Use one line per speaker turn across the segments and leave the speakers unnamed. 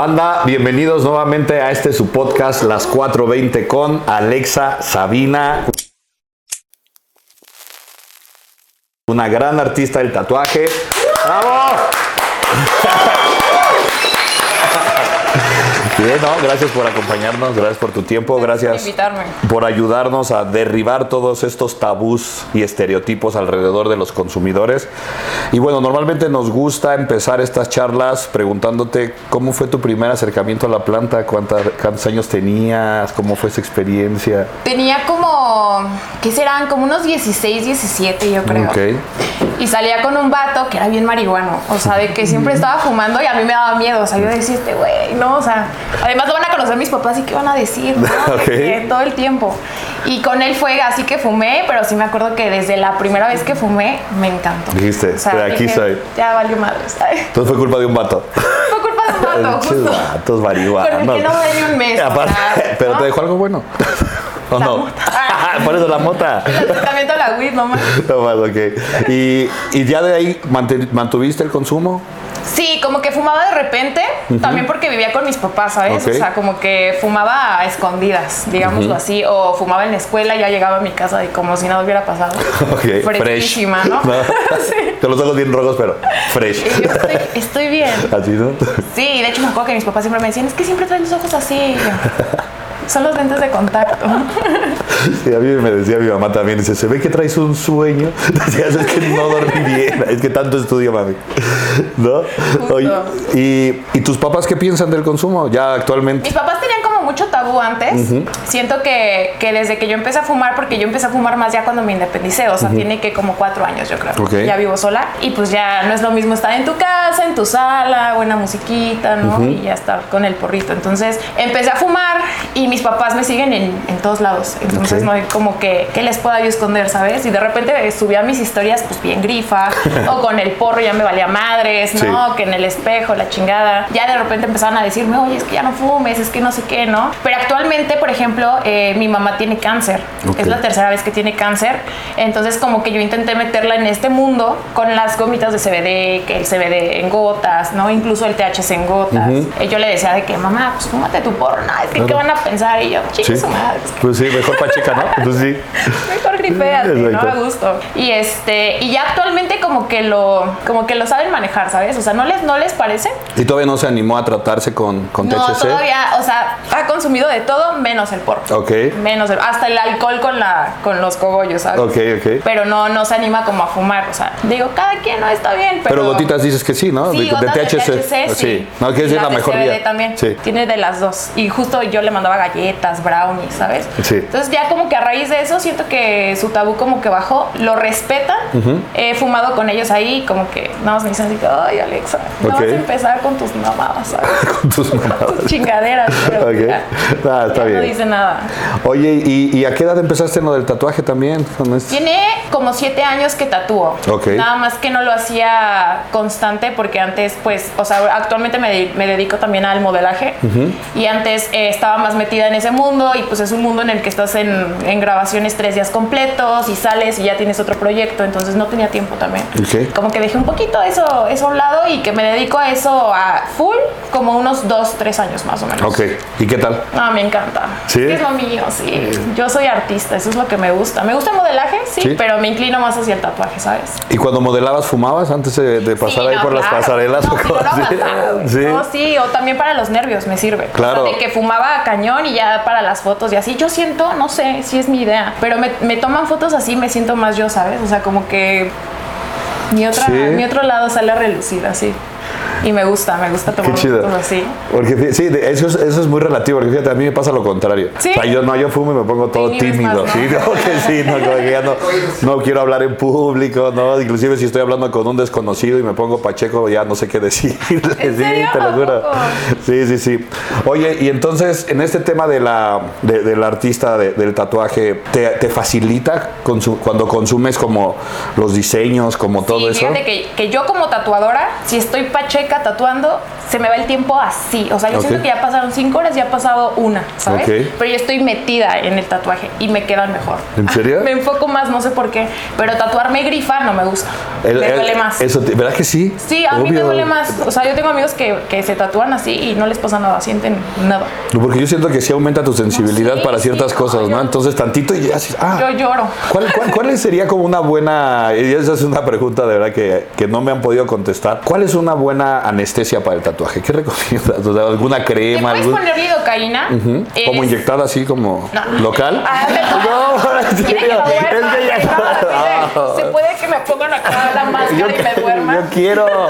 Banda, bienvenidos nuevamente a este su podcast Las 4.20 con Alexa Sabina. Una gran artista del tatuaje. ¡Bravo! Bien, ¿no? Gracias por acompañarnos, gracias por tu tiempo, gracias
por invitarme.
por ayudarnos a derribar todos estos tabús y estereotipos alrededor de los consumidores. Y bueno, normalmente nos gusta empezar estas charlas preguntándote cómo fue tu primer acercamiento a la planta, cuántas- cuántos años tenías, cómo fue esa experiencia.
Tenía como, ¿qué serán? Como unos 16, 17 yo creo.
Ok.
Y salía con un vato que era bien marihuano, o sea, de que siempre estaba fumando y a mí me daba miedo, o sea, yo decía, este güey, no, o sea, además lo van a conocer mis papás y qué van a decir, ¿no? De
Ok.
que todo el tiempo. Y con él fue así que fumé, pero sí me acuerdo que desde la primera vez que fumé me encantó.
Dijiste,
O sea,
"De aquí
dije,
soy".
Ya valió madre, ¿sabes?
Entonces fue culpa de un vato.
Fue culpa de un vato,
Pinches
justo.
vatos marihuanos.
Con el que no me dio un mes,
Aparte,
¿verdad?
pero
¿No?
te dejó algo bueno. ¿O
La
no?
mota.
Por eso la mota.
El tratamiento de la weed, no más.
No más, ok. Y, y ya de ahí manten- mantuviste el consumo.
Sí, como que fumaba de repente, también porque vivía con mis papás, ¿sabes?
Ok.
O sea, como que fumaba a escondidas, digámoslo así, o fumaba en la escuela y ya llegaba a mi casa y como si nada hubiera pasado.
Ok,
Fresquísima,
fresh.
¿no? Sí.
Con los ojos bien rojos, pero fresh.
Y yo estoy, estoy bien.
Así, ¿no?
Sí, y de hecho me acuerdo que mis papás siempre me decían, es que siempre traes los ojos así. Y yo, Son los lentes de contacto.
Sí, a mí me decía mi mamá también, dice, se ve que traes un sueño. Decías, es que no dormí bien, es que tanto estudio, mami. ¿No? Oye, y, ¿Y tus papás qué piensan del consumo ya actualmente?
Mis papás tenían como mucho tabú antes. Siento que, que desde que yo empecé a fumar, porque yo empecé a fumar más ya cuando me independicé, o sea, tiene que como cuatro años yo creo.
Ok.
Ya vivo sola y pues ya no es lo mismo estar en tu casa, en tu sala, buena musiquita, ¿no? Y ya estar con el porrito. Entonces empecé a fumar y mis papás me siguen en, en todos lados. Entonces
Ok.
no hay como que, que les pueda yo esconder, ¿sabes? Y de repente eh, subía mis historias pues bien grifa o con el porro ya me valía madres,
Sí.
¿no? que en el espejo, la chingada. Ya de repente empezaron a decirme, oye, es que ya no fumes, es que no sé qué, ¿no? Pero actualmente, por ejemplo, eh, mi mamá tiene cáncer.
Ok.
Es la tercera vez que tiene cáncer. Entonces, como que yo intenté meterla en este mundo con las gomitas de CBD, que el CBD en gotas, ¿no? Incluso el THC en gotas. Y yo le decía de que, mamá, pues fúmate tu porro, no, es que qué
Claro.
van a pensar. Y yo,
Sí.
chingue su madre, es que
Pues sí, mejor pacheca, ¿no? Entonces sí.
Mejor gripéate, ¿no?
Exacto.
A gusto. Y este, y ya actualmente como que lo, como que lo saben manejar, ¿sabes? O sea, no les, no les parece.
¿Y todavía no se animó a tratarse con, con
No,
THC?
todavía, o sea, ha consumido de todo menos el porro.
Ok.
Menos el, hasta el alcohol con la, con los cogollos, ¿sabes?
Ok, ok.
Pero no, no se anima como a fumar, o sea, digo, cada quien no está bien, pero.
Pero gotitas dices que sí, ¿no?
Sí, gotas de THC, sí.
Ah, No, que
Y
es la
de
mejor
CBD
vía.
también.
Sí.
Tiene de las dos. Y justo yo le mandaba galletas, brownies, ¿sabes?
Sí.
Entonces ya como que a raíz de eso siento que su tabú como que bajó. Lo respetan. He fumado con ellos ahí como que nada más me dicen así, ay Alexa, no
Ok.
vas a empezar con tus mamadas, ¿sabes?
Con tus mamadas.
tus chingaderas. Pero
Ok.
ya,
Ah, está
ya
bien.
No dice nada.
Oye, ¿y, y a qué edad empezaste en lo del tatuaje también? Con esto?
Tiene como siete años que tatúo.
Ok.
Nada más que no lo hacía constante porque antes, pues, o sea, actualmente me, de- me dedico también al modelaje y antes eh, estaba más metida en ese mundo y pues es un mundo en el que estás en, en grabaciones tres días completos y sales y ya tienes otro proyecto, entonces no tenía tiempo también.
Ok.
Como que dejé un poquito eso, eso a un lado y que me dedico a eso a full como unos dos, tres años más o menos.
Ok. ¿Y qué tal?
No, me encanta.
¿Sí?
Es lo mío, sí. Yo soy artista, eso es lo que me gusta. Me gusta el modelaje, sí,
Sí.
pero me inclino más hacia el tatuaje, ¿sabes?
¿Y cuando modelabas, fumabas antes de, de pasar
Sí,
ahí
no,
por las
claro.
pasarelas
No,
o
si no,
cosas
no,
así?
pasaba.
Sí.
No, sí, o también para los nervios me sirve. O sea,
Claro.
de que fumaba a cañón y ya para las fotos y así. Yo siento, no sé si es mi idea, pero me, me toman fotos así, me siento más yo, ¿sabes? O sea, como que mi, otra,
Sí.
mi otro lado sale a relucir así. Y me gusta, me gusta tomar
Qué chido.
fotos así.
Porque fí- sí, de- eso es, eso es muy relativo, porque fíjate, a mí me pasa lo contrario.
Sí.
O sea, yo no, yo fumo y me pongo todo
Te inhibes
tímido,
más,
sí,
¿no?
no, que sí, no, como que ya no, no quiero hablar en público, no, inclusive si estoy hablando con un desconocido y me pongo pacheco, ya no sé qué decir.
¿En serio?
Sí, te lo
¿A
juro.
poco?
Sí, sí, sí. Oye, y entonces, en este tema de la, de- del artista de- del tatuaje, ¿te, te facilita consu- cuando consumes como los diseños, como todo
Sí,
eso?
fíjate que, que yo como tatuadora, si estoy pacheca tatuando, se me va el tiempo así. O sea, yo
Ok.
siento que ya pasaron cinco horas, ya ha pasado una, ¿sabes?
Ok.
Pero yo estoy metida en el tatuaje y me quedan mejor.
¿En serio?
Me enfoco más, no sé por qué. Pero tatuarme grifa no me gusta.
El-
me
el-
duele más.
Eso te- ¿Verdad que sí?
Sí, a mí me
Obvio.
duele más. O sea, yo tengo amigos que, que se tatúan así y no les pasa nada, sienten nada.
No, Porque yo siento que sí aumenta tu sensibilidad
sí,
para ciertas
sí,
cosas,
no,
¿no?
yo-
Entonces tantito y ya dices, ah.
Yo lloro.
¿Cuál, cuál, cuál sería como una buena, y esa es una pregunta de verdad que, que no me han podido contestar, ¿cuál es una buena anestesia para el tatuaje? ¿Qué recomiendas? O sea, ¿Alguna
¿Le
crema?
puedes
algún-
poner lidocaína? Es-
¿Como inyectada así como
No.
local?
Ah,
No, en
Mira que
serio,
me duerma,
es que ya-
que no, así de, Se puede que me pongan acá la
Yo,
máscara y me duerma.
yo quiero.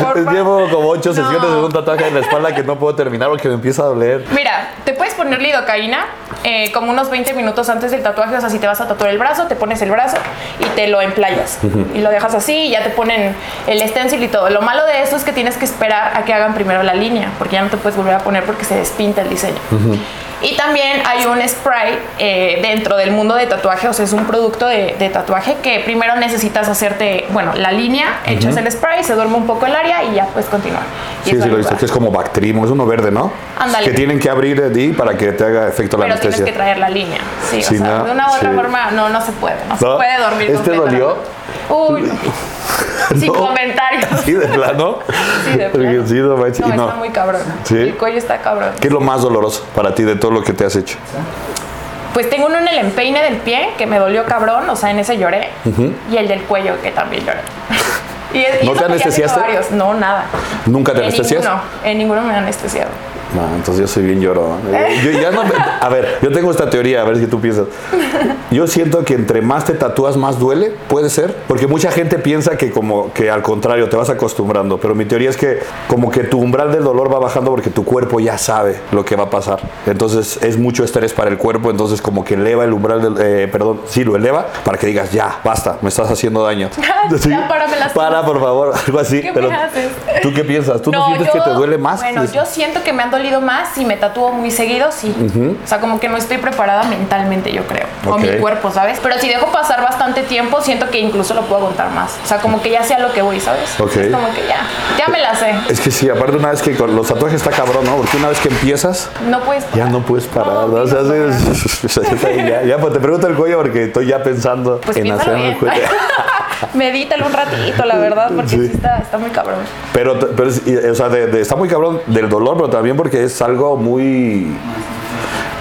Porfa.
Llevo como ocho
No.
sesiones de un tatuaje en la espalda que no puedo terminar porque me empieza a doler.
Mira, te puedes poner lidocaína eh, como unos 20 minutos antes del tatuaje. O sea, si te vas a tatuar el brazo, te pones el brazo y te lo emplayas. Y lo dejas así y ya te ponen el stencil y todo. Lo malo de eso es que tienes que esperar a que hagan primero la línea, porque ya no te puedes volver a poner porque se despinta el diseño. Y también hay un spray eh, dentro del mundo de tatuaje, o sea, es un producto de, de tatuaje que primero necesitas hacerte, bueno, la línea, echas el spray, se duerme un poco el área y ya puedes continuar. Y
Sí,
eso
sí, lo he
ayuda.
visto, que es como Bactrimo, es uno verde, ¿no?
Ándale.
Que tienen que abrir de ti para que te haga efecto la
Pero tienes
anestesia.
que traer la línea. Sí,
Sí,
o sea,
no,
de una u otra
sí.
forma, no, no se puede. No, se
¿No?
puede dormir.
¿Este
con
dolió?
Petra. Uy, no. Sin
No.
comentarios.
Sí, de plano.
Sí, de
Porque
plano.
sí, no manches,
No,
y no.
está muy cabrón.
¿Sí?
El cuello está cabrón.
¿Qué es lo más doloroso para ti de todo lo que te has hecho?
Pues tengo uno en el empeine del pie que me dolió cabrón, o sea, en ese lloré. Y el del cuello que también lloré. Y, es- y
¿No
eso
te
que ya tengo
anestesiaste?
varios. No, nada.
¿Nunca te
En
anestesias?
ninguno, en ninguno me han anestesiado.
No, entonces yo soy bien llorón. Eh, Yo ya no me- a ver, yo tengo esta teoría, a ver si tú piensas. Yo siento que entre más te tatúas, más duele, puede ser. Porque mucha gente piensa que como que al contrario, te vas acostumbrando. Pero mi teoría es que como que tu umbral del dolor va bajando porque tu cuerpo ya sabe lo que va a pasar. Entonces es mucho estrés para el cuerpo, entonces como que eleva el umbral del... eh, perdón, sí, lo eleva para que digas, ya, basta, me estás haciendo daño.
Ya, para, me lastimas.
Para, por favor, algo así.
¿Qué me
Pero,
haces?
¿Tú qué piensas? ¿Tú no, sientes que te duele más?
Bueno, yo siento que me han dolido más si me tatúo muy seguido, sí. O sea, como que no estoy preparada mentalmente, yo creo. O mi
Ok.
cuerpo, ¿sabes? Pero si dejo pasar bastante tiempo, siento que incluso lo puedo aguantar más. O sea, como que ya sé a lo que voy, ¿sabes?
Ok.
Es como que ya, ya me la sé.
Es que sí, aparte una vez que con los tatuajes está cabrón, ¿no? Porque una vez que empiezas,
No puedes parar.
ya no puedes parar, ¿no?
No,
O sea,
no puedo
haces- o sea, ya, ya, pues te pregunto el cuello porque estoy ya pensando
Pues
en
piénsalo
hacerme el
bien.
cuello.
Medítalo un ratito, la verdad, porque
Sí.
sí está, está muy cabrón.
Pero, t- pero es- y, o sea, de- de- está muy cabrón del dolor, pero también porque es algo muy...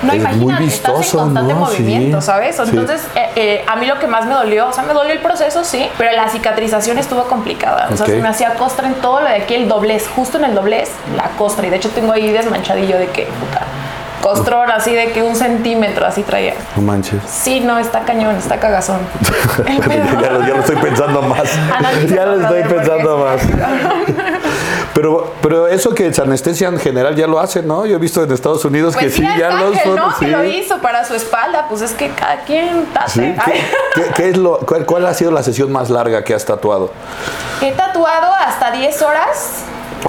No,
Es muy
imagínate, estás
vistoso,
en constante
¿no?
movimiento,
Sí,
¿sabes?
sí.
Entonces, eh, eh, a mí lo que más me dolió, o sea, me dolió el proceso, sí, pero la cicatrización estuvo complicada. O sea,
Ok.
se me hacía costra en todo lo de aquí, el doblez, justo en el doblez, la costra. Y de hecho tengo ahí desmanchadillo de que, puta, costrón así de que un centímetro así traía.
No manches.
Sí, no, está cañón, está cagazón. El
ya,
pedo. Ah,
lo- ya lo estoy pensando más.
Analízalo,
ya lo estoy
brother, porque
pensando más.
sí está cabrón.
Pero, pero eso que se anestesia en general ya lo hacen, ¿no? Yo he visto en Estados Unidos
Pues
que sí,
mira,
ya
el
lo
ángel,
son.
¿no?
sí.
Que lo hizo para su espalda, pues es que cada quien tate.
Sí. ¿Qué-
Ay.
qué- qué es lo, cuál, cuál ha sido la sesión más larga que has tatuado?
He tatuado hasta 10 horas,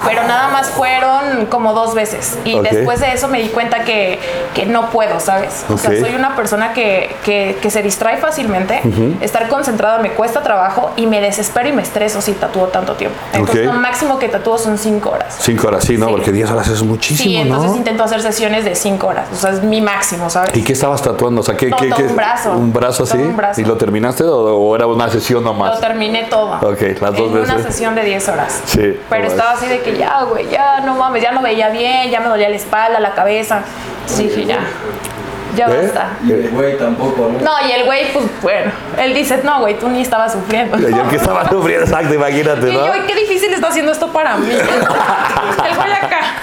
pero nada más fueron como dos veces. Y
Ok.
después de eso me di cuenta que, que no puedo, ¿sabes? O sea,
Ok.
soy una persona que, que- que se distrae fácilmente. Estar concentrada me cuesta trabajo y me desespero y me estreso si tatúo tanto tiempo. Entonces,
Ok.
lo máximo que tatúo son 5 horas.
Cinco horas, sí, ¿no?
Sí.
Porque diez horas es muchísimo,
Sí, entonces
¿no?
intento hacer sesiones de 5 horas. O sea, es mi máximo, ¿sabes?
¿Y qué estabas tatuando? O sea, ¿qué,
No,
qué-
todo
qué-
un brazo.
¿Un brazo
Todo
así?
un brazo.
¿Y lo terminaste o, o era una sesión
Lo
nomás?
terminé todo.
Ok, las dos
en una
veces.
sesión de 10 horas.
Sí, no
Pero
mames.
estaba así de que ya, güey, ya, no mames, ya no veía bien, ya me dolía la espalda, la cabeza. Sí, dije, ya. Ya
¿Eh?
basta.
Eh,
Güey, tampoco, ¿no?
No, y el güey, pues bueno, él dice, no, güey, tú ni estabas sufriendo.
y el que estaba sufriendo, exacto, imagínate,
Y
¿no?
yo, "Ay, qué difícil está haciendo esto para mí. el güey acá.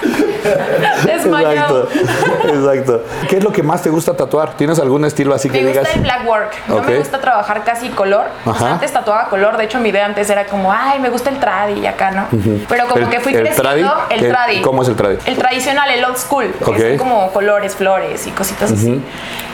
Desmayado.
Exacto, exacto. ¿Qué es lo que más te gusta tatuar? ¿Tienes algún estilo así que
Me
digas?
gusta el black work. No
Ok.
me gusta trabajar casi color. O sea,
Ajá.
antes tatuaba color. De hecho, mi idea antes era como, ay, me gusta el tradi y acá, ¿no? Pero como
¿El-
que fui
el tradi?
creciendo el
¿Qué-
tradi.
cómo es el tradi?
El tradicional, el old school. Que
Ok.
son como colores, flores y cositas así.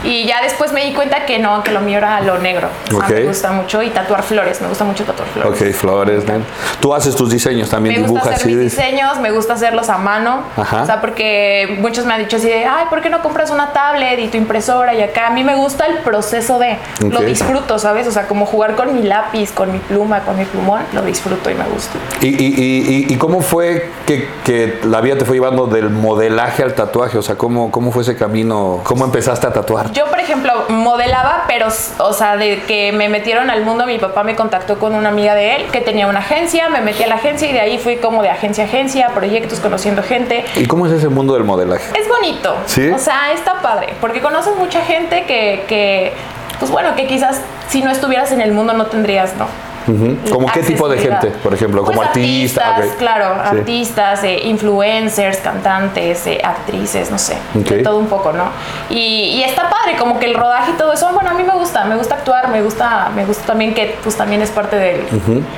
Y ya después me di cuenta que no, que lo mío era lo negro. O sea,
Ok.
me gusta mucho. Y tatuar flores. Me gusta mucho tatuar flores.
Ok, flores, ¿no? Tú haces tus diseños, también
Me gusta
dibujas
hacer
así.
mis
de-
diseños, me gusta hacerlos a mano.
Ajá. Ajá.
O sea, porque muchos me han dicho así de, ay, ¿por qué no compras una tablet y tu impresora y acá? A mí me gusta el proceso de, lo
Ok.
disfruto, ¿sabes? O sea, como jugar con mi lápiz, con mi pluma, con mi plumón, lo disfruto y me gusta.
¿Y, y- y- y- y cómo fue que, que la vida te fue llevando del modelaje al tatuaje? O sea, ¿cómo, ¿cómo fue ese camino? ¿Cómo empezaste a tatuar?
Yo, por ejemplo, modelaba, pero, o sea, de que me metieron al mundo, mi papá me contactó con una amiga de él que tenía una agencia, me metí a la agencia y de ahí fui como de agencia a agencia, proyectos, conociendo gente.
¿Y cómo es ese mundo del modelaje?
Es bonito.
¿Sí?
O sea, está padre, porque conoces mucha gente que, que, pues bueno, que quizás si no estuvieras en el mundo no tendrías, ¿no?
¿Cómo qué tipo de
Mm, accesibilidad.
gente? Por ejemplo, como
Pues
artista.
artistas,
ok.
claro,
Sí.
artistas, eh, influencers, cantantes, eh, actrices, no sé,
Ok.
de todo un poco, ¿no? Y, y está padre, como que el rodaje y todo eso, bueno, a mí me gusta, me gusta actuar, me gusta, me gusta también que, pues también es parte del,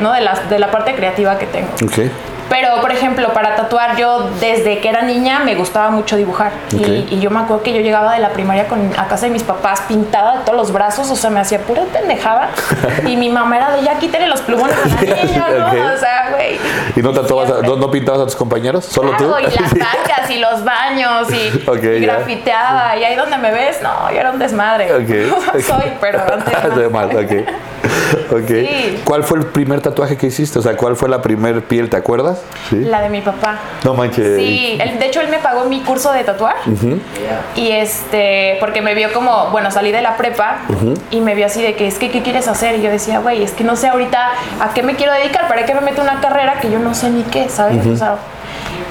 ¿no? De la, de la parte creativa que tengo.
Ok.
Pero, por ejemplo, para tatuar, yo desde que era niña me gustaba mucho dibujar. Y-
Ok.
Y, yo me acuerdo que yo llegaba de la primaria con, a casa de mis papás pintada de todos los brazos, o sea, me hacía pura pendejada. y mi mamá era de ya quítale los plumones a la niña, ¿no?
Ok.
O sea, güey.
¿Y no tatuabas, a-
Siempre.
no, no pintabas a tus compañeros? ¿Solo
Claro,
tú?
y las bancas y los baños y,
Ok,
y
ya.
grafiteaba. Y ahí donde me ves, no, yo era un desmadre.
Ok, ok.
Soy, pero antes. no.
Ah, De mal, ok. Ok.
Sí.
¿Cuál fue el primer tatuaje que hiciste? O sea, ¿cuál fue la primer piel? ¿Te acuerdas? Sí.
La de mi papá.
No manches.
Sí, él- de hecho él me pagó mi curso de tatuar. Y este, porque me vio como, bueno, salí de la prepa y me vio así de que es que, ¿qué quieres hacer? Y yo decía, güey, es que no sé ahorita a qué me quiero dedicar, para qué me meto en una carrera que yo no sé ni qué, ¿sabes? O sea,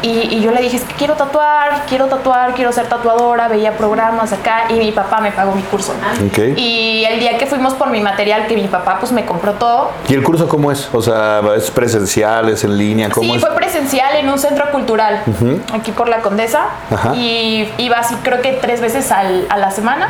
y, y yo le dije, es que quiero tatuar, quiero tatuar, quiero ser tatuadora, veía programas acá y mi papá me pagó mi curso.
Ok.
Y el día que fuimos por mi material, que mi papá pues me compró todo,
¿Y el curso cómo es? O sea, ¿es presencial? ¿Es en línea? ¿Cómo
Sí,
es?
fue presencial en un centro cultural, aquí por la Condesa.
Ajá.
Y iba así, creo que tres veces al- a la semana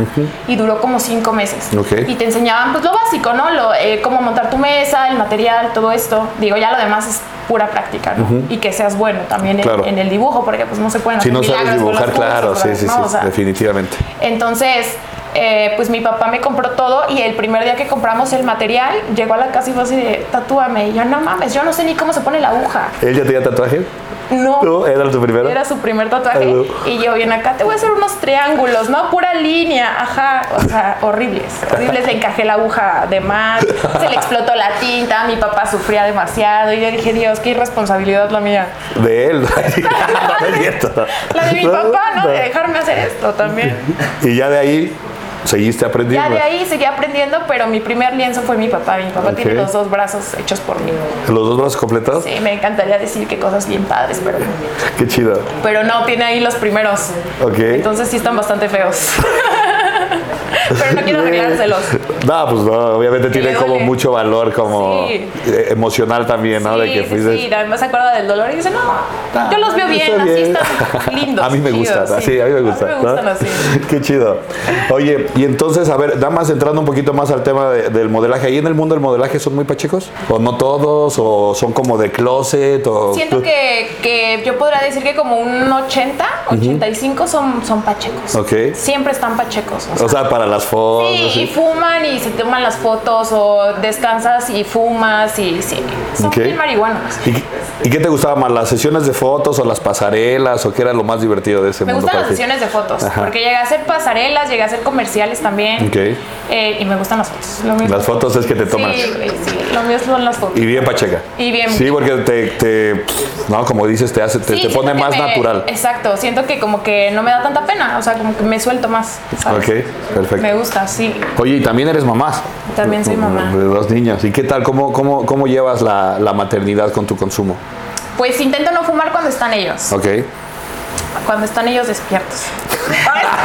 y duró como cinco meses.
Ok.
Y te enseñaban pues lo básico, ¿no? Lo, eh, cómo montar tu mesa, el material, todo esto. Digo, ya lo demás es pura práctica, ¿no? Y que seas bueno también en-
Claro.
en, el dibujo, porque pues no se pueden
Si
hacer
no sabes
milagros con los
dibujar,
cursos,
claro, sí,
pero,
sí,
¿no?
sí,
O sea,
definitivamente.
entonces, eh, pues mi papá me compró todo y el primer día que compramos el material, llegó a la casa y fue así de, tatúame. Y yo, no mames, yo no sé ni cómo se pone la aguja.
¿Él ya tenía tatuaje?
No.
¿Tú? ¿Era tu primero?
Era su primer tatuaje.
Aló.
Y yo bien acá, te voy a hacer unos triángulos, ¿no? Pura línea, ajá. O sea, horribles. Horribles. Le encajé la aguja de más, se le explotó la tinta, mi papá sufría demasiado. Y yo dije, Dios, qué irresponsabilidad la mía.
De él. No es cierto.
La de mi papá, ¿no? De dejarme hacer esto también.
Y ya de ahí seguiste aprendiendo.
Ya de ahí seguí aprendiendo, pero mi primer lienzo fue mi papá. Mi papá
Ok.
tiene los dos brazos hechos por mí.
¿Los dos brazos completados?
Sí, me encantaría decir que cosas bien padres, pero,
Qué chido.
pero no, tiene ahí los primeros.
Ok.
Entonces sí están bastante feos. Pero no quiero arreglárselos.
No, pues no, obviamente
Que
tiene
le
como
duele.
mucho valor como
Sí.
eh, emocional también, ¿no? de
sí,
que
sí,
fuiste-
sí, además se acuerda del dolor y dice, no, yo los veo bien,
Está
así
bien.
están lindos.
A mí me
chidos,
gusta, sí. a mí me gusta.
A mí me gustan
¿no?
así.
Qué chido. Oye, y entonces, a ver, nada más entrando un poquito más al tema de- del modelaje. ¿Ahí en el mundo del modelaje son muy pachecos? ¿O no todos? ¿O son como de closet? O...
Siento que, que yo podría decir que como un 80, 85 son, son pachecos.
Ok. Oh,
Siempre están pachecos. o sea,
O sea, para las fotos.
Sí,
así.
y fuman y se toman las fotos o descansas y fumas y sí, son
Ok.
bien marihuanos.
¿Y, qué- y qué te gustaba más? ¿Las sesiones de fotos o las pasarelas? ¿O qué era lo más divertido de ese
Me
mundo?
gustan las
para ti?
sesiones de fotos,
Ajá.
porque llegué a hacer pasarelas, llegué a hacer comerciales también.
Ok.
Eh, y me gustan las fotos. Lo mío
Las
es-
fotos es que te tomas.
Sí, güey, sí, lo mío son las fotos.
Y bien pacheca.
Y bien.
Sí, porque te, te- no, como dices, te hace, te,
Sí,
te pone
siento que
más
me-
natural.
Exacto, siento que como que no me da tanta pena, o sea, como que me suelto más. ¿sabes?
Ok, perfecto.
Me gusta, sí.
Oye, y también eres mamá. Mm,
También soy mamá.
De dos niños. ¿Y qué tal? ¿Cómo, cómo, cómo llevas la, la maternidad con tu consumo?
Pues intento no fumar cuando están ellos,
Ok.
cuando están ellos despiertos.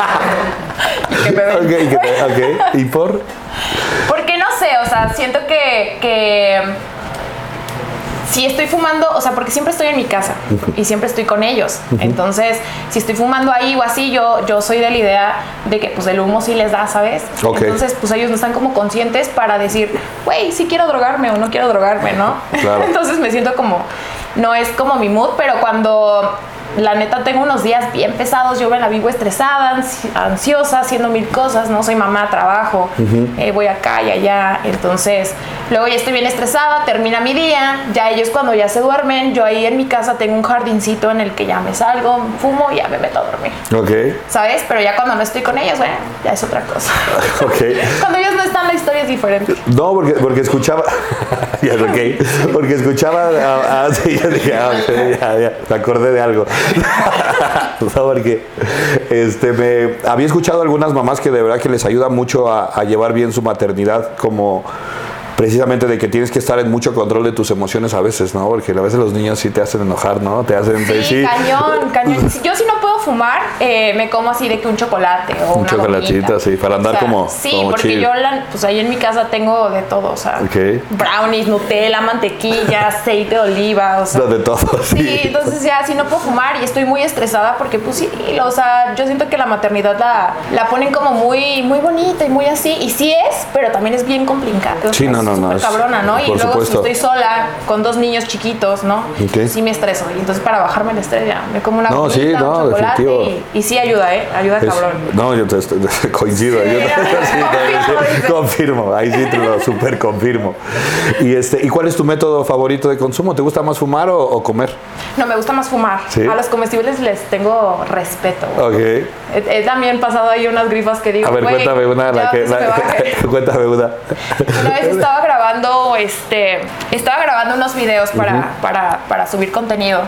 Y que me ven.
Ok, ¿y, qué tal? Ok, ¿y por?
Porque no sé, o sea, siento que, que si estoy fumando, o sea, porque siempre estoy en mi casa y siempre estoy con ellos. Entonces, si estoy fumando ahí o así, yo, yo soy de la idea de que pues el humo sí les da, ¿sabes?
Ok.
Entonces, pues ellos no están como conscientes para decir, güey, sí quiero drogarme o no quiero drogarme, ¿no?
Claro.
Entonces me siento como, no es como mi mood, pero cuando la neta tengo unos días bien pesados, yo me la vivo estresada, ansi- ansiosa, haciendo mil cosas, no soy mamá, trabajo, eh, voy acá y allá, entonces Luego ya estoy bien estresada, termina mi día, ya ellos cuando ya se duermen, yo ahí en mi casa tengo un jardincito en el que ya me salgo, fumo y ya me meto a dormir.
Ok,
¿Sabes? Pero ya cuando no estoy con ellos, bueno, ya es otra cosa.
ok.
Cuando ellos no están, la historia es diferente.
No, porque, porque escuchaba. ya, ok. Porque escuchaba. Ah, ah, sí, ya dije, ah, ok, ya, ya, me acordé de algo. no, porque. Este, me, había escuchado algunas mamás que de verdad que les ayuda mucho a, a llevar bien su maternidad, como precisamente de que tienes que estar en mucho control de tus emociones a veces, ¿no? Porque a veces los niños sí te hacen enojar, ¿no? Te hacen.
Sí, cañón, cañón. Si- Yo si no puedo fumar, eh, me como así de que un chocolate o
Un
una
chocolatito,
gomita.
sí, para andar como-
Sí,
como
porque
chill.
yo la- pues ahí en mi casa tengo de todo, o sea,
Ok.
brownies, Nutella, mantequilla, aceite de oliva, o sea.
Lo de todo, sí.
Sí, entonces ya si no puedo fumar y estoy muy estresada porque pues sí, o sea, yo siento que la maternidad la, la ponen como muy muy bonita y muy así, y sí es, pero también es bien complicada. o
Sí,
sea,
no,
es
no, no,
súper
es-
cabrona, ¿no? Y
por
luego
supuesto.
si estoy sola con dos niños chiquitos, ¿no?
Ok.
Sí me estreso. Y entonces para bajarme el estrés ya me como una
No, sí,
gomita,
no,
un chocolate
definitivo.
y, y sí ayuda, ¿eh? Ayuda
Es-
cabrón.
no, yo te, te- coincido.
Sí,
yo te-
confirmo,
sí, también, sí,
dice.
confirmo, ahí sí te lo super confirmo. Y, este, ¿Y cuál es tu método favorito de consumo? ¿Te gusta más fumar o, o comer?
No, me gusta más fumar.
Sí.
A los comestibles les tengo respeto. güey.
Ok.
He, he también pasado ahí unas grifas que digo,
A ver,
"Güey,
cuéntame una.
ya
La que,
se me
la-
baja".
cuéntame una.
Una vez estaba grabando, este, estaba grabando unos videos para, para, para subir contenido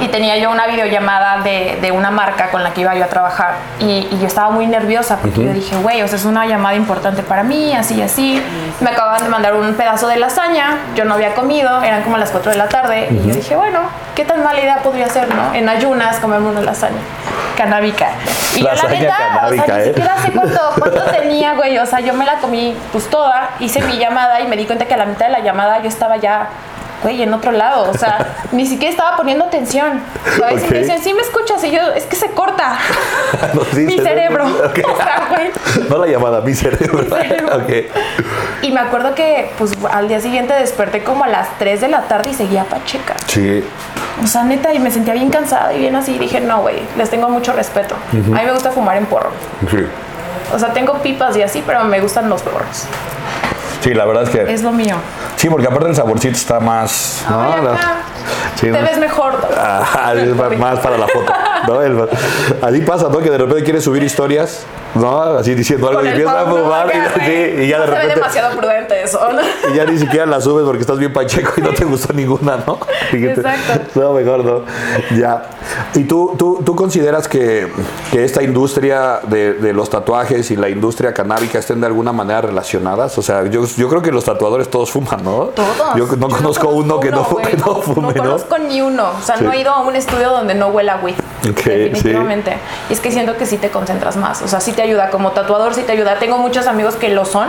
y tenía yo una videollamada de, de una marca con la que iba yo a trabajar y, y yo estaba muy nerviosa porque yo dije, güey, o sea, es una llamada importante para mí, así y así. Me acababan de mandar un pedazo de lasaña, yo no había comido, eran como las 4 de la tarde y yo dije, bueno, ¿qué tan mala idea podría ser, no? En ayunas comerme una lasaña canábica. Y
Lasaña
yo la neta, o
canábica,
sea, ni
¿eh?
siquiera sé cuánto, cuánto tenía, güey. O sea, yo me la comí pues toda, hice mi llamada y me di cuenta que a la mitad de la llamada yo estaba ya, güey, en otro lado. O sea, ni siquiera estaba poniendo atención. ¿Sabes? Y
Ok.
me dicen, sí me escuchas. Y yo, es que se corta
No, sí,
mi
se-
cerebro.
Ok.
O sea, güey.
No la llamada, mi cerebro.
cerebro.
Ok.
Y me acuerdo que pues al día siguiente desperté como a las 3 de la tarde y seguía pacheca.
Sí.
O sea, neta, y me sentía bien cansada y bien así. Dije, no, güey, les tengo mucho respeto. A mí me gusta fumar en porro.
sí.
O sea, tengo pipas y así, pero me gustan los porros.
Sí, la verdad es que.
Es lo mío.
Sí, porque aparte el saborcito está más. ¿no?
Ay,
La-
acá.
Sí,
Te
¿no?
ves mejor.
Ajá, Ah, es pa- más para la foto. ¿no? El- así pasa, ¿no? Que de repente quieres subir historias, ¿no? Así diciendo algo
Con
y
el
empiezas a
pavo, ¿no?
fumar
Acá,
y,
güey.
sí, y ya
No
de
Se ve
repente.
demasiado prudente eso. ¿no?
Y ya ni siquiera la subes porque estás bien pacheco y no te gustó ninguna, ¿no? Fíjate.
Exacto.
No, mejor no. Ya. ¿Y tú, tú, tú consideras que, que esta industria de, de los tatuajes y la industria canábica estén de alguna manera relacionadas? O sea, yo, yo creo que los tatuadores todos fuman, ¿no?
Todos.
Yo no conozco uno que no,
güey.
que no fume, ¿no?
conozco ni uno. O sea,
Sí.
no he ido a un estudio donde no huela weed.
Ok,
definitivamente. Y es que siento que sí te concentras más. O sea, sí te ayuda. Como tatuador, sí te ayuda. Tengo muchos amigos que lo son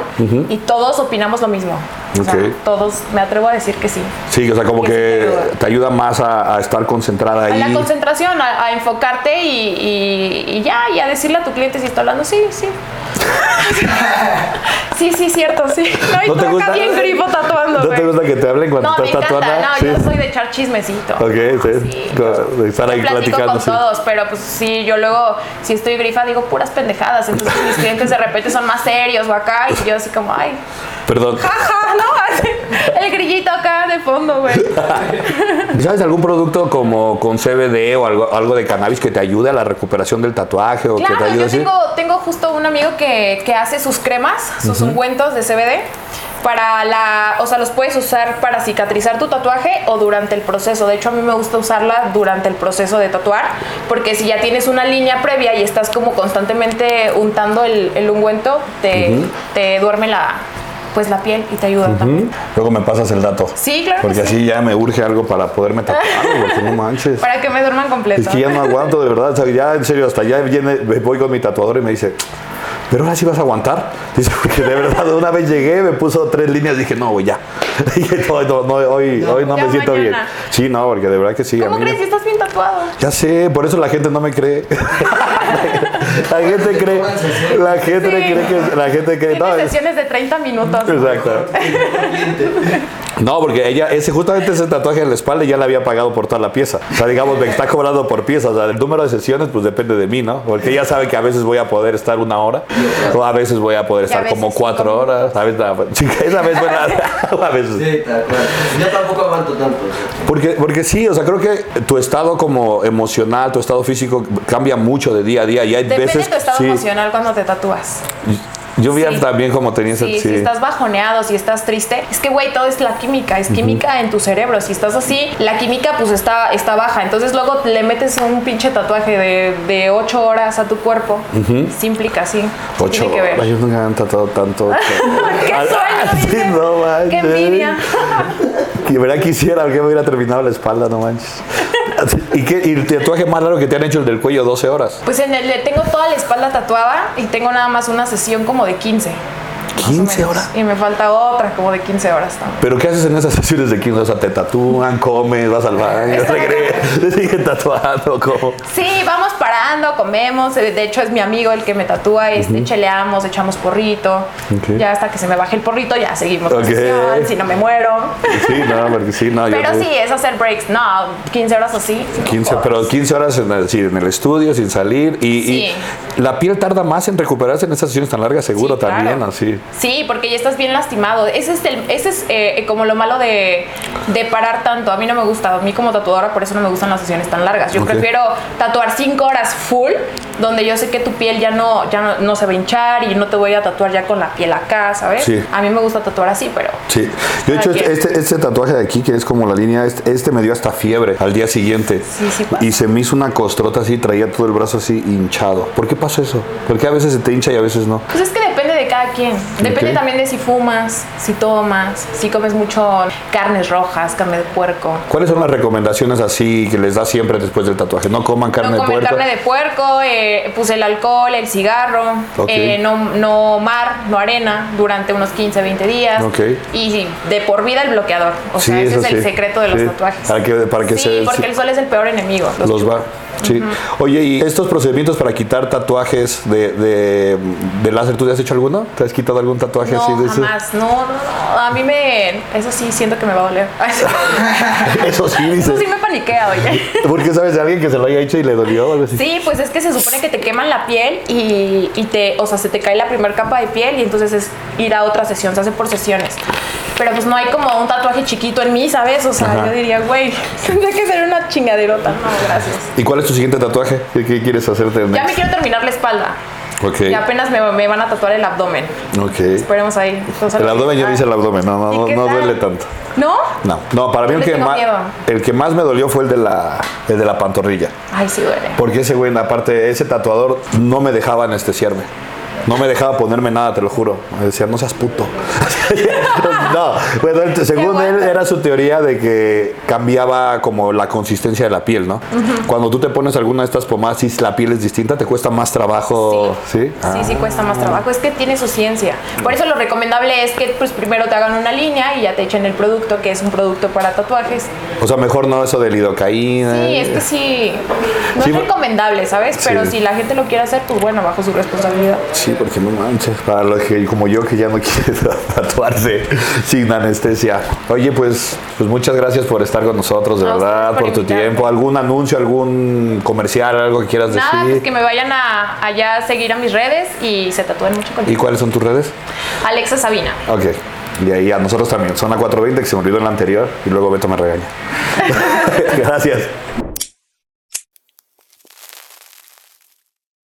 y todos opinamos lo mismo. O sea,
Ok.
todos, me atrevo a decir que sí.
Sí, o sea, como
Que
que,
sí te ayuda.
te ayuda más a, a estar concentrada
A la
ahí.
concentración, a, a enfocarte y, y- y ya, y a decirle a tu cliente si está hablando, sí, sí. sí, sí, cierto, sí. No, y
¿No
tú
te
acá
gusta?
bien grifo tatuando,
¿No te
güey.
gusta que te hablen cuando
No, me
estás
encanta,
tatuando?
no,
Sí.
yo soy de echar chismecito.
Ok, sí.
Sí,
Co- de estar ahí
platico
platicando.
con
sí.
todos, pero pues sí, yo luego, si estoy grifa, digo puras pendejadas. Entonces mis clientes de repente son más serios o acá, y yo así como, ay,
Perdón.
ajá, no, así, el grillito acá de fondo, güey.
¿Sabes algún producto como con CBD o algo, algo de cannabis que te ayude a la recuperación del tatuaje o que te
Claro,
ayude
yo
así?
tengo, tengo justo un amigo que, que hace sus cremas, sus ungüentos de CBD. Para la, o sea, los puedes usar para cicatrizar tu tatuaje o durante el proceso. De hecho, a mí me gusta usarla durante el proceso de tatuar, porque si ya tienes una línea previa y estás como constantemente untando el, el ungüento, te, te duerme la, pues la piel y te ayuda también.
Luego me pasas el dato.
Sí, claro que
Porque
sí.
así ya me urge algo para poderme tatuar, porque no manches.
Para que me duerman completo.
Es que ya no aguanto, de verdad. o sea, ya, en serio, hasta ya viene- voy con mi tatuador y me dice, pero ahora sí vas a aguantar. Dice, porque de verdad, una vez llegué, me puso tres líneas y dije, no, güey, ya. Dije, no, no, no, hoy, hoy no
Ya
me siento bien.
mañana.
Sí, no, porque de verdad que sí. a
¿Cómo
mí me-
crees si estás bien tatuado?
ya sé, por eso la gente no me cree. la gente cree, la gente
Sí.
cree que, la gente cree, no, Pues,
Tienes
es-
sesiones de 30 minutos.
Exacto. No, porque ella, ese, justamente ese tatuaje en la espalda ya le había pagado por toda la pieza. O sea, digamos, me está cobrando por pieza. O sea, el número de sesiones, pues depende de mí, ¿no? Porque ella sabe que a veces voy a poder estar una hora, o a veces voy a poder
Y a
estar como
veces
cuatro
cinco
horas. A veces, nada- chica, esa vez, bueno, a veces.
Sí, tal cual. Yo tampoco aguanto tanto. o sea.
Porque, porque sí, o sea, creo que tu estado como emocional, tu estado físico cambia mucho de día a día. Y hay
Depende
veces.
de tu estado
sí,
emocional cuando te tatúas.
Yo vi
Sí.
también como tenía ese.
Sí, si estás bajoneado, si estás triste, es que güey, todo es la química, es química en tu cerebro. Si estás así, la química pues está, está baja. Entonces luego le metes un pinche tatuaje de, de 8 horas a tu cuerpo. Sí implica, sí.
Ocho.
Tiene que ver.
Ay, Yo nunca me han tratado tanto.
¡Qué
Ah,
sueño!
sí,
dice.
no manches.
¡Qué envidia!
Y verdad quisiera que me hubiera terminado la espalda, no manches. ¿Y, qué, y el tatuaje más largo que te han hecho el del cuello 12 horas?
Pues en el, le tengo toda la espalda tatuada y tengo nada más una sesión como de 15. más o
15
menos.
horas.
Y me falta otra como de 15 horas también.
¿Pero qué haces en esas sesiones de 15? O sea, te tatúan, comes, vas al baño, regresas, te siguen tatuando, como.
Sí, vamos parando, comemos. eh, De hecho, es mi amigo el que me tatúa. Este, Cheleamos, echamos porrito.
Ok.
Ya hasta que se me baje el porrito, ya seguimos. la
Ok.
sesión, si no me muero.
Sí, no, porque sí, no. yo
Pero
no-
sí, es hacer breaks. No, 15 horas así. no
15,
jodas.
pero 15 horas en el, sí, en el estudio, sin salir. Y,
Sí.
y la piel tarda más en recuperarse en esas sesiones tan largas, seguro
Sí, claro.
también, así.
Sí, porque ya estás bien lastimado. Ese es, el- ese es eh, como lo malo de, de parar tanto. A mí no me gusta. A mí como tatuadora por eso no me gustan las sesiones tan largas. Yo
Ok.
prefiero tatuar cinco horas full, donde yo sé que tu piel ya no, ya no, no se va a hinchar y no te voy a tatuar ya con la piel acá, ¿sabes?
Sí.
A mí me gusta tatuar así, pero...
Sí, yo he hecho
Cada
este,
quien.
este, este tatuaje de aquí, que es como la línea, este, este me dio hasta fiebre al día siguiente.
Sí, sí pasa.
Y se me hizo una costrota así, traía todo el brazo así hinchado. ¿Por qué pasa eso? Porque a veces se te hincha y a veces no.
Pues es que depende de cada quien. Depende
Ok.
también de si fumas, si tomas, si comes mucho carnes rojas, carne de puerco.
¿Cuáles son las recomendaciones así que les da siempre después del tatuaje? No coman carne
no
de
comer
puerco.
carne de puerco, eh, pues el alcohol, el cigarro,
Ok.
eh, no, no mar, no arena durante unos 15, 20 días.
Ok.
Y sí, de por vida el bloqueador. O sea,
Sí,
ese
eso
es el
sí.
secreto de los
Sí,
tatuajes.
para que- para que
sí,
se-
porque
sí.
el sol es el peor enemigo. Los-
Los va. Sí. Oye, ¿y estos procedimientos para quitar tatuajes de, de, de láser, tú te has hecho alguno? ¿Te has quitado algún tatuaje
no,
así? de ese?
jamás. No, no, no. A mí me. Eso sí, siento que me va a doler.
Eso sí,
Eso
dices.
sí me paniquea, oye.
Porque sabes de alguien que se lo haya hecho y le dolió o algo así?
Sí, pues es que se supone que te queman la piel y, y te, o sea, se te cae la primera capa de piel y entonces es ir a otra sesión, se hace por sesiones. Pero pues no hay como un tatuaje chiquito en mí, ¿sabes? O sea,
Ajá.
yo diría, güey, tendría que ser una chingaderota. No, gracias.
¿Y cuál es tu siguiente tatuaje? ¿Qué, qué quieres hacerte?
Ya
next?
me quiero terminar la espalda
Ok.
y apenas me, me van a tatuar el abdomen.
Ok.
Esperemos ahí. Entonces,
El abdomen, yo
ah.
me hice el abdomen, no, no,
¿Y
no,
qué
no
tal?
duele tanto.
¿No?
No, no, para mí el
Le
que,
tengo
más,
miedo.
el que más me dolió fue el de la, el de la pantorrilla.
Ay, sí duele.
Porque ese güey, aparte, ese tatuador no me dejaba anestesiarme. No me dejaba ponerme nada, te lo juro. Me decía, no seas puto. no, bueno, él- según él,
aguanta.
era su teoría de que cambiaba como la consistencia de la piel, ¿no? Cuando tú te pones alguna de estas pomadas y la piel es distinta, te cuesta más trabajo, ¿sí? Ah.
Sí, sí, cuesta más trabajo. Es que tiene su ciencia. Por eso lo recomendable es que pues, primero te hagan una línea y ya te echen el producto, que es un producto para tatuajes.
O sea, mejor no eso del lidocaína.
Sí, es que sí. No
Sí,
es
por-
recomendable, ¿sabes? Pero
Sí.
si la gente lo quiere hacer, pues bueno, bajo su responsabilidad.
Sí, porque no manches. Para los que, como yo, que ya no quiere tatuarse sin anestesia. Oye, pues, pues muchas gracias por estar con nosotros, de
A ustedes
verdad, por,
por
tu
invitarme.
tiempo. ¿Algún anuncio, algún comercial, algo que quieras
Nada,
decir?
pues que me vayan a allá a seguir a mis redes y se tatúen mucho
¿Y
conmigo.
cuáles son tus redes?
Alexa Sabina.
Ok. Y ahí a nosotros también. Son la 420 que se me olvidó en la anterior y luego Beto me regaña. gracias.